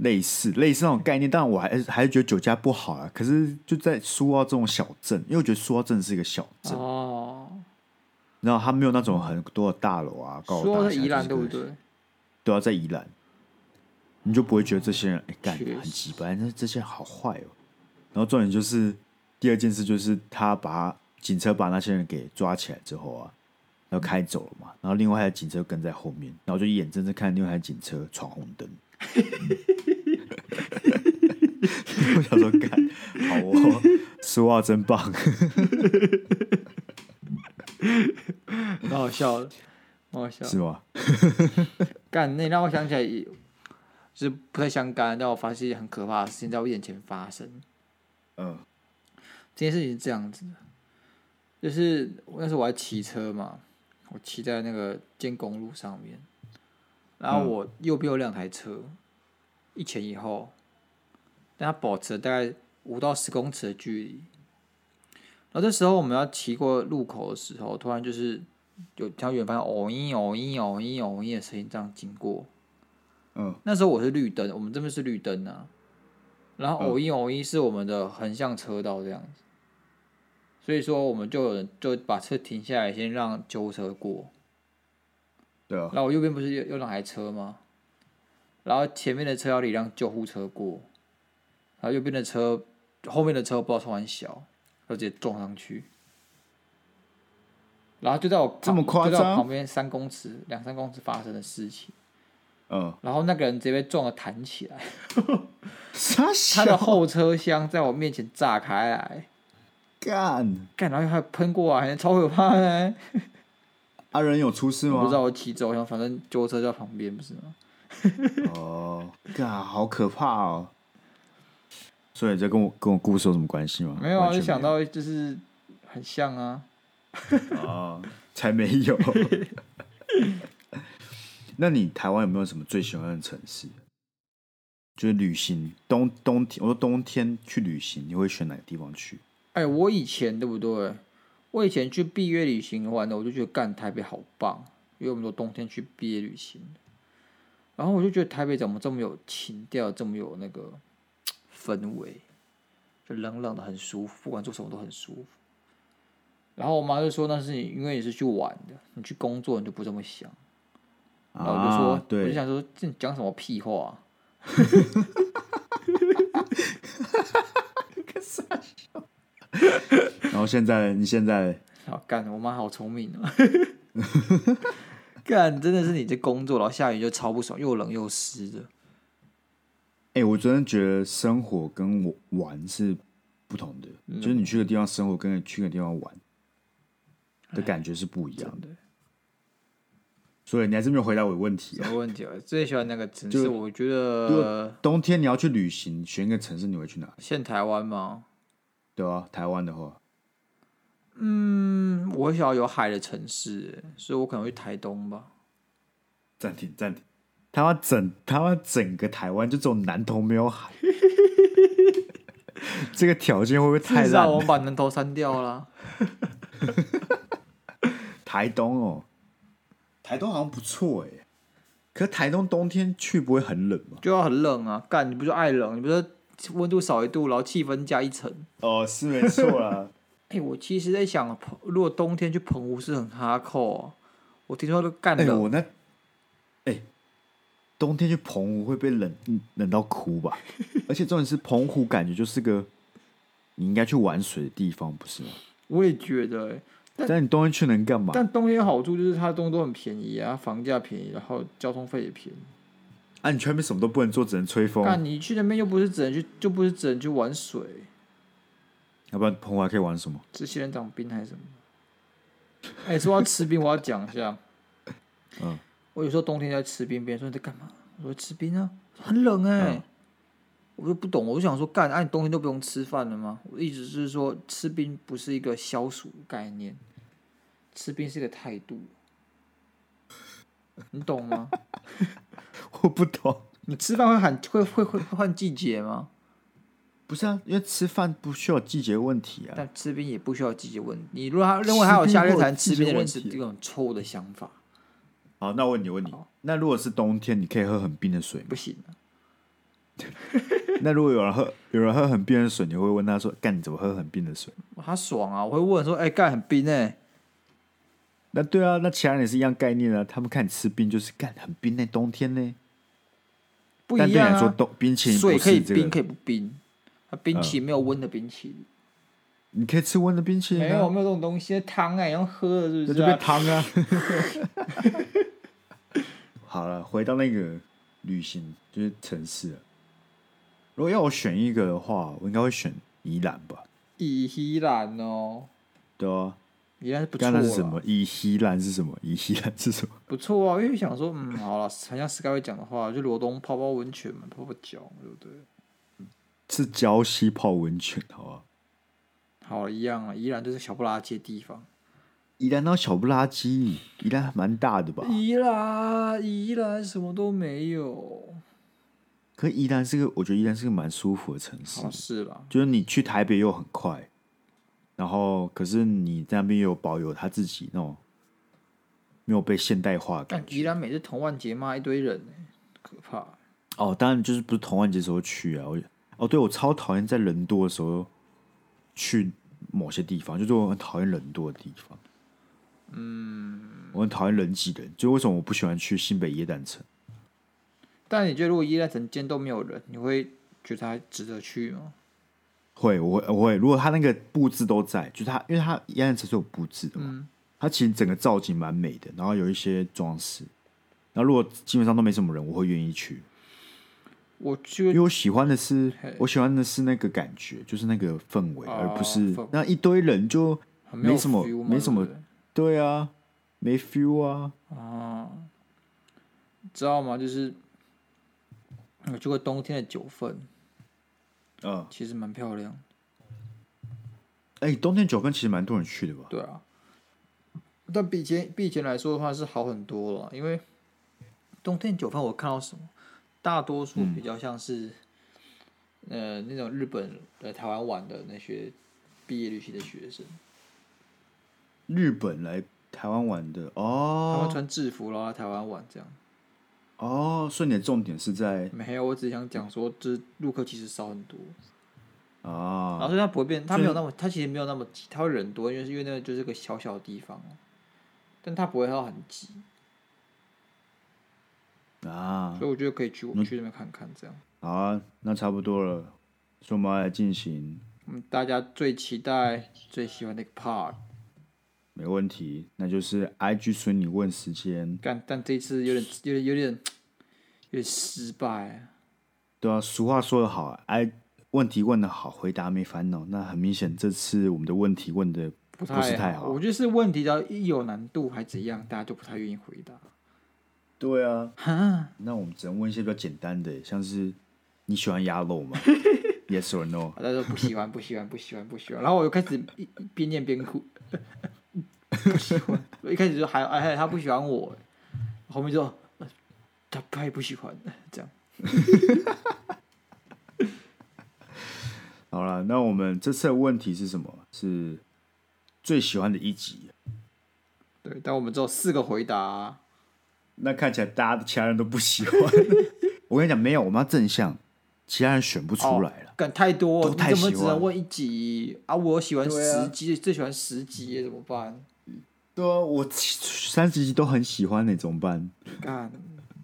A: 类似类似那种概念，但我还是还是觉得酒驾不好啊。可是就在苏澳这种小镇，因为我觉得苏澳镇是一个小镇，
B: 哦，
A: 然后它没有那种很多的大楼啊、高
B: 苏澳
A: 楼大
B: 在
A: 厦，
B: 宜兰对
A: 就是一
B: 不
A: 个
B: 对？
A: 都要在宜兰，你就不会觉得这些人哎干、
B: 确实
A: 很鸡掰，那这些人好坏哦。然后重点就是第二件事就是他把警车把那些人给抓起来之后啊，然后开走了嘛，然后另外一台警车跟在后面，然后就眼睁睁看另外一台警车闯红灯。嗯 我想说，干好哦，说话真棒。
B: 啊蛮好笑的，蛮好笑的。
A: 是吗？
B: 干，那让我想起来，就是不太相干，但我发现一件很可怕的事情在我眼前发生。
A: 嗯，
B: 这件事情是这样子的，就是我那时候我还骑车嘛，我骑在那个建公路上面，然后
A: 嗯
B: 我右边有两台车，一前一后，但它保持了大概五到十公尺的距离。然后这时候我们要骑过路口的时候，突然就是有听到远方哦咦哦咦哦咦哦咦的声音这样经过，
A: 嗯，
B: 那时候我是绿灯，我们这边是绿灯啊，然后
A: 嗯
B: 偶一偶一是我们的横向车道这样子，所以说我们就有人就把车停下来，先让救护车过。
A: 对啊，
B: 然后我右边不是有有两台车吗？然后前面的车要礼让救护车过，然后右边的车后面的车不知道从很小，就直接撞上去。然后就在我旁
A: 这么夸张
B: 就在我旁边三公尺、两三公尺发生的事情。
A: 嗯，
B: 然后那个人直接被撞的弹起来，
A: 傻
B: 他的
A: 小
B: 后车厢在我面前炸开来，
A: 干，
B: 干，然后还喷过来，超可怕的、
A: 啊阿仁啊有出事
B: 我
A: 吗？
B: 不知道我骑走，然后反正救护车就在旁边，不是吗？
A: 哦，干，好可怕哦！所以这跟我跟我故事有什么关系吗？
B: 没有啊，
A: 完
B: 就
A: 全
B: 想到就是很像啊，
A: 哦，才没有。 那你台湾有没有什么最喜欢的城市？就是旅行冬冬天，我说冬天去旅行，你会选哪个地方去？
B: 哎、我以前对不对？我以前去毕业旅行玩的，我就觉得干台北好棒，因为我们都冬天去毕业旅行，然后我就觉得台北怎么这么有情调，这么有那个氛围，就冷冷的很舒服，不管做什么都很舒服。然后我妈就说：“那是你，因为你是去玩的，你去工作你就不这么想。”然后我哦就
A: 啊，
B: 说：“我就
A: 对，
B: 想说，这你讲什么屁话、啊？”
A: 然后现在你现在
B: 好干，我妈好聪明啊！ 干，真的是你这工作，然后下雨就超不爽，又冷又湿的。
A: 哎、我真的觉得生活跟我玩是不同的，
B: 嗯
A: 就是你去个地方生活，跟你去个地方玩的感觉是不一样的。所以你还是没有回答我的问题
B: 什
A: 啊。
B: 么问题啊？最喜欢那个城市，
A: 就
B: 我觉得
A: 冬天你要去旅行，选一个城市，你会去哪里？
B: 现台湾嘛，
A: 对啊，台湾的话，
B: 嗯，我想要有海的城市，欸所以我可能会台东吧。
A: 暂停暂停。他妈整他妈整个台湾就只有南投没有海， 这个条件会不会太
B: 至
A: 烂
B: 少我
A: 了？
B: 把南投删掉啦。
A: 台东哦，台东好像不错哎、可台东冬天去不会很冷吗？
B: 就要很冷啊！干，你不就爱冷？你不是温度少一度，然后气温加一层？
A: 哦，是没错啦。
B: 哎、我其实在想，澎如果冬天去澎湖是很哈扣、哦，我听说都干
A: 哎、
B: 冷
A: 我那，哎、冬天去澎湖会被冷嗯冷到哭 吧？而且重点是澎湖感觉就是个你应该去玩水的地方，不是吗？
B: 我也觉得、欸，
A: 但你冬天去能干嘛？
B: 但冬天好处就是它东西都很便宜啊，房价便宜，然后交通费也便宜。
A: 啊，你去那边什么都不能做，只能吹风，
B: 但你去那边又不是只能去，就不是只能去玩水，
A: 要不然澎湖还可以玩什么？
B: 吃仙人掌冰还是什么？哎、说到吃冰，我要讲一下。
A: 嗯，
B: 我有时候冬天在吃冰，别人说你在干嘛？我说吃冰啊，很冷哎、
A: 嗯
B: 我就不懂，我就想说，干，哎、你冬天都不用吃饭了吗？我一直是说，吃冰不是一个消暑概念，吃冰是一个态度，你懂吗？
A: 我不懂。
B: 你吃饭会喊会会会会换季节吗？
A: 不是啊，因为吃饭不需要季节问题啊。
B: 但吃冰也不需要季节问题。你如果他认为还有夏天才能吃冰的人，是这种错误的想法，
A: 好，那我问你，问你
B: 好，
A: 那如果是冬天，你可以喝很冰的水吗
B: 不？行啊。
A: 那如果有人喝有人喝很冰的水，你会问他说：“干，你怎么喝很冰的水
B: 他爽啊！我会问说：“哎、干很冰哎、？”
A: 那对啊，那其他人也是一样概念啊。他们看你吃冰就是干很冰呢、冬天呢、
B: 不
A: 但
B: 一
A: 对你
B: 样
A: 来说，
B: 啊。
A: 冬冰淇淋
B: 水
A: 不
B: 可以
A: 是这
B: 冰，
A: 个，
B: 可以不冰。啊，冰淇淋没有温的冰淇淋，
A: 你可以吃温的冰淇
B: 嗯没
A: 淋、
B: 有
A: 啊，
B: 没有这种东西。汤哎、要喝的是
A: 那
B: 不是、
A: 就变
B: 啊？
A: 汤 啊。好了，回到那个旅行，就是城市了。如果要我选一个的话，我应该会选宜兰吧。
B: 以希兰哦，
A: 对啊，
B: 宜兰是不错
A: 刚
B: 啦
A: 才是什么？以西兰是什么？以西兰是什么？
B: 不错啊，因为想说，嗯，好了，很像 Sky 会讲的话，就罗东泡泡温泉嘛，泡泡脚，对不对？
A: 是礁溪泡温泉，好吧？
B: 好，一样啊，宜兰就是小不拉几的地方。
A: 宜兰到小不拉几，宜兰还蛮大的吧？
B: 宜兰，宜兰什么都没有。
A: 可宜兰是个，我觉得宜兰是个蛮舒服的城市
B: 好，是啦，
A: 就是你去台北又很快，然后可是你在那边又有保有他自己那种没有被现代化的
B: 但
A: 感觉。
B: 宜兰每次同万节骂一堆人、欸，可怕。
A: 哦，当然就是不是同安节时候去啊？我哦，对我超讨厌在人多的时候去某些地方，就是我很讨厌人多的地方。嗯，我很讨厌人挤人，就为什么我不喜欢去新北耶诞城？
B: 但你觉得如果宜兰整间都没有人，你会觉得它值得去吗？
A: 会，我会，我会。如果他那个布置都在，就是他，因为他
B: 嗯
A: 耶诞城是有布置的嘛，它其实整个造景蛮美的，然后有一些装饰，然后如果基本上都没什么人，我会愿意去，
B: 我
A: 因
B: 去
A: 为我喜欢的是
B: 嘿
A: 我喜欢的是那个感觉，就是那个氛围，
B: 哦
A: 而不是
B: 氛围
A: 那一堆人就
B: 很没有
A: 没什么
B: feel 嘛
A: 没什么
B: 对不对
A: 对啊，没 feel 啊，
B: 知道吗？就是我去过冬天的九份，
A: 嗯，
B: 其实蛮漂亮的。
A: 哎、冬天九份其实蛮多人去的吧？
B: 对啊，但比以前比以前来说的话是好很多了，因为冬天九份我看到什么，大多数比较像是、呃那种日本来台湾玩的那些毕业旅行的学生，
A: 日本来台湾玩的
B: 他们
A: 哦
B: 穿制服然后来台湾玩这样。
A: 哦，所以你的重点是在
B: 没有，我只想讲说，就是陆客其实少很多，然后
A: 啊
B: 所以它不会变，它
A: 所以
B: 没有那么，它其实没有那么挤，它会人多，因为因为那个就是个小小的地方，啊但它不会到很挤，
A: 啊，
B: 所以我觉得可以去我们去那边看看这样。
A: 好啊，那差不多了，所以我们要来进行，
B: 嗯，大家最期待、最喜欢的一个 part，
A: 没问题，那就是 IG 损你问时间，
B: 但但这一次有点、有点、有点、有点失败。
A: 对啊，俗话说得好啊，I 问题问得好，回答没烦恼。那很明显，这次我们的问题问的
B: 不
A: 不是太
B: 好，我觉得是问题，只要一有难度还怎样，大家就不太愿意回答。
A: 对啊，
B: 哈，
A: 那我们只能问一些比较简单的，像是你喜欢鸭肉 吗？Yes or no？
B: 大家说不喜欢， 不喜欢，不喜欢，不喜欢。然后我就开始一一边念边哭，不喜欢。我一开始就还哎他不喜欢我，后面就呃他他也不喜欢这样。
A: 好了，那我们这次的问题是什么？是最喜欢的一集。
B: 对，但我们只有四个回答、啊
A: 那看起来大家其他人都不喜欢。 我跟你讲，没有，我们要正向，其他人选不出来了。
B: 哦，干太多，
A: 都太
B: 你怎么
A: 喜
B: 只
A: 欢
B: 能问一集啊？我喜欢
A: 对啊
B: 十集，最喜欢十集耶，怎么办？
A: 对啊，我三十集都很喜欢，你怎么办？
B: 干，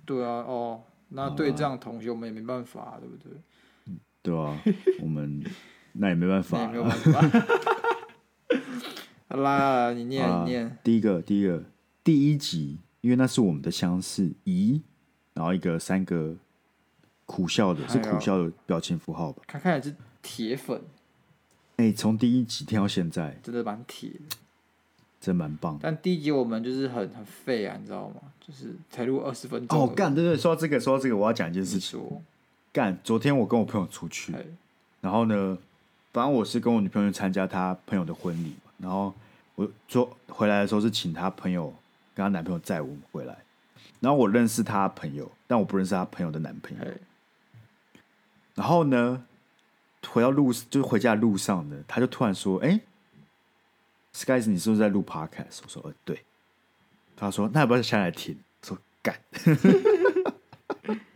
B: 对啊，哦，那对这样的同学我们也没办法，对不对？
A: 对啊，我们那也没办法
B: 那也
A: 了
B: 没。有办法。 好啦，你念，
A: 啊
B: 你念，
A: 第一个，第一个，第一集，因为那是我们的相似，咦，然后一个三个苦笑的，是
B: 哎呦
A: 苦笑的表情符号吧？
B: 看看你是铁粉，
A: 哎、从第一集听到现在，
B: 真的蛮铁的。
A: 真蛮棒。
B: 但第一集我们就是很很废啊，你知道吗？就是才录二十分钟。
A: 哦，干，对对，说到这个，说到这个，我要讲一件事
B: 你
A: 情。
B: 说，
A: 干，昨天我跟我朋友出去，
B: 哎，
A: 然后呢，反正我是跟我女朋友去参加她朋友的婚礼嘛，然后我昨回来的时候是请她朋友跟她男朋友载我们回来，然后我认识她朋友，但我不认识她朋友的男朋友
B: 哎。
A: 然后呢，回到路就是回家的路上呢，他就突然说：“哎、s k y s 你是不是在录 Podcast？” 我说：“呃，对。”他说：“那要不要下来听？”我说：“干！”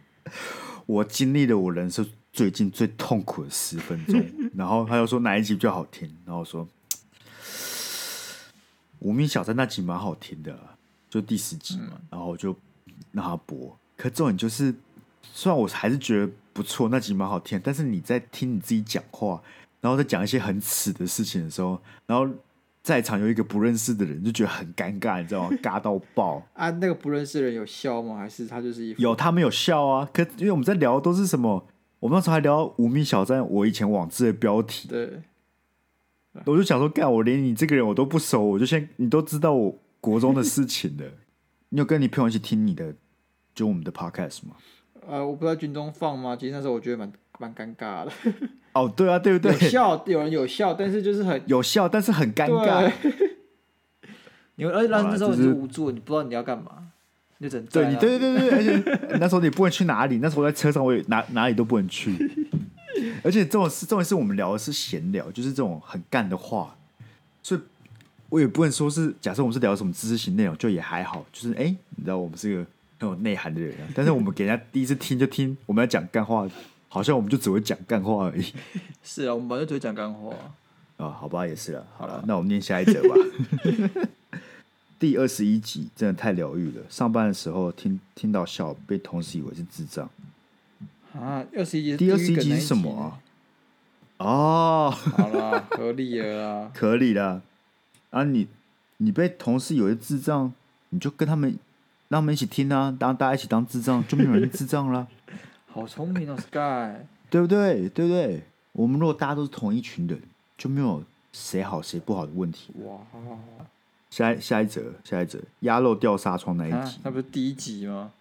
A: 我经历了我人生最近最痛苦的十分钟，然后他就说哪一集比较好听，然后我说：“无名小站那集蛮好听的啊，就第十集嘛。然后我就让他播，可重点就是虽然我还是觉得不错，那集蛮好听，但是你在听你自己讲话，然后再讲一些很耻的事情的时候，然后在场有一个不认识的人，就觉得很尴尬，你知道吗？尬到爆。
B: 啊，那个不认识的人有笑吗？还是他就是一副
A: 有他们有笑啊，可因为我们在聊的都是什么，我们那时候还聊《无名小站》我以前网志的标题，
B: 对
A: 我就想说，干，我连你这个人我都不熟，我就先你都知道我国中的事情了。你有跟你朋友一起听你的，就我们的 podcast 吗？
B: 呃，我不知道军中放吗？其实那时候我觉得蛮蛮尴尬的，
A: 哦，对啊，对不对？
B: 有笑，有人有笑，但是就是很
A: 有笑，但是很尴尬。
B: 对。 你而且那
A: 好啦
B: 那时候
A: 就
B: 你是
A: 是
B: 无助，你不知道你要干嘛，你就只能
A: 对
B: 站啊
A: 你，
B: 在
A: 对对对对，而且那时候你不能去哪里，那时候我在车上，我也哪哪里都不能去。而且这种事，重点是我们聊的是闲聊，就是这种很干的话，所以我也不能说是假设我们是聊什么知识型内容，就也还好，就是哎、你知道我们是个很有内涵的人、啊，但是我们给人家第一次听就听我们要讲干话，好像我们就只会讲干话而已
B: 那是啊，我们本来就只会讲干话。
A: 啊，好吧，也是了，
B: 好啦
A: 那我们念下一则吧。 第二十一集真的太疗愈了，上班的时候听听到笑，被同事以为是智障。
B: 啊，二十一集是
A: 第二
B: 地
A: 十
B: 狱
A: 一
B: 梗
A: 集
B: 那
A: 是
B: 一
A: 什么
B: 呢
A: 啊？？哦，
B: 好啦，合理了啦。
A: 可以啦。啊你，你被同事有些智障，你就跟他们让我们一起听啊，当大家一起当智障，就没有人智障 啦，
B: 好聪明哦，Sky。
A: 对不对？对不对？我们如果大家都是同一群人，就没有谁好谁不好的问题。
B: 哇，
A: 下一下一则，下一则，鸭肉掉纱窗那一
B: 啊
A: 集，，
B: 那不是第一集 吗？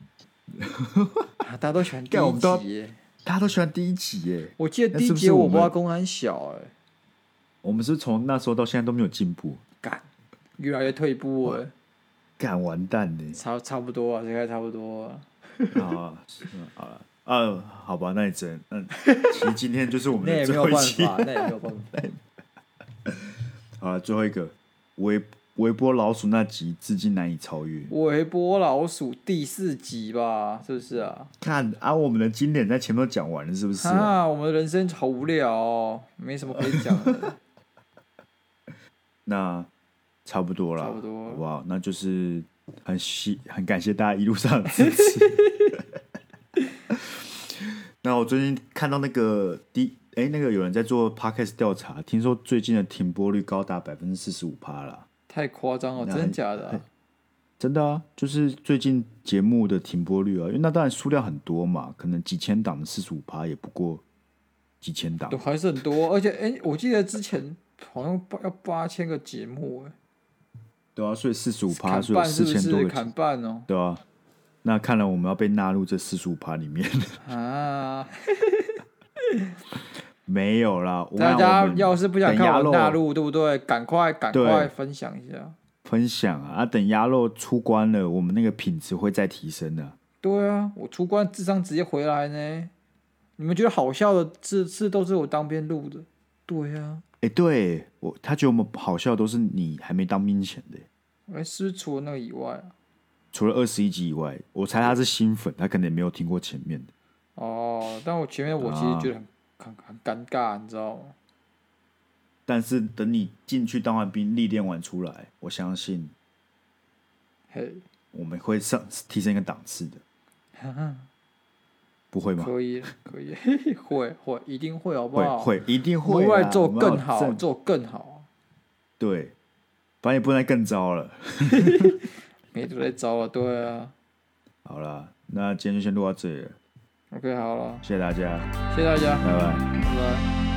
B: 啊大家都喜欢第
A: 干我们都要
B: 一集耶。
A: 大家都喜欢第一集耶。
B: 我记得
A: 那
B: 第一
A: 是不
B: 集
A: 是
B: 我
A: 我
B: 不知道
A: 们
B: 公安小哎，
A: 我们是不是从那时候到现在都没有进步，
B: 干，越来越退步哎，。
A: 干完蛋呢
B: 差差不多啊，应该差不多啊。
A: 好啊，嗯好了，呃，好吧，那也真，嗯，其实今天就是我 们
B: 那
A: 的
B: 也没
A: 最
B: 有
A: 后一
B: 办
A: 期。
B: 法，那也没有办法。
A: 好了，最后一个微微波老鼠那集，至今难以超越。
B: 微波老鼠第四集吧，是不是啊？
A: 看啊，我们的经典在前面都讲完了，是不是、啊？
B: 啊，我们的人生好无聊、哦，没什么可以讲 的。
A: 那差不多了，
B: 差不多
A: 好不好？那就是很希很感谢大家一路上的支持。 那我最近看到那个第哎、那个有人在做 podcast 调查，听说最近的停播率高达百分之四十五趴啦。
B: 太夸张了，
A: 那
B: 真的
A: 很
B: 假的啊、
A: 真的啊，就是最近节目的停播率啊，因为那当然数量很多嘛，可能几千档的四十五趴也不过几千档
B: 都，还是很多，而且哎、我记得之前好像八要八千个节目、
A: 对啊，所以四十五
B: 哎，
A: 趴，
B: 砍
A: 所以有
B: 半是
A: 四
B: 不
A: 千多
B: 是？
A: 个
B: 砍半哦，
A: 对啊，那看来我们要被纳入这四十五趴里面
B: 啊！没
A: 没有啦。我
B: 大
A: 看
B: 家
A: 我们
B: 要是不想
A: 等
B: 看
A: 鸭
B: 我
A: 肉
B: 大陆，对不对？赶快赶快
A: 对
B: 分享一下。
A: 分享啊，啊等鸭肉出关了，我们那个品质会再提升的、
B: 对啊，我出关智商直接回来呢。你们觉得好笑的是是都是我当兵录的，对啊。
A: 哎，对我，他觉得我们好笑都是你还没当兵前的，
B: 哎，是不是除了那个以外啊，
A: 除了二十一集以外，我猜他是新粉，他可能也没有听过前面的。
B: 哦，但我前面我其实觉得
A: 啊
B: 很、很很尴尬，你知道吗？
A: 但是等你进去当完兵，历练完出来，我相信
B: 嘿，
A: 我们会上提升一个档次的， 不会吗？
B: 可以可以，嘿嘿 会会一定会，好不
A: 会
B: 好？
A: 会一定
B: 哦我
A: 会
B: 们
A: 啦，
B: 未来做
A: 我们要
B: 更好，
A: 正
B: 做更好，
A: 对，反正也不能再更糟了。
B: 没都在招了，对啊。
A: 好啦，那今天就先录到这里了，
B: OK，好了，
A: 谢谢大家，
B: 谢谢大家，
A: 拜拜。
B: 拜拜。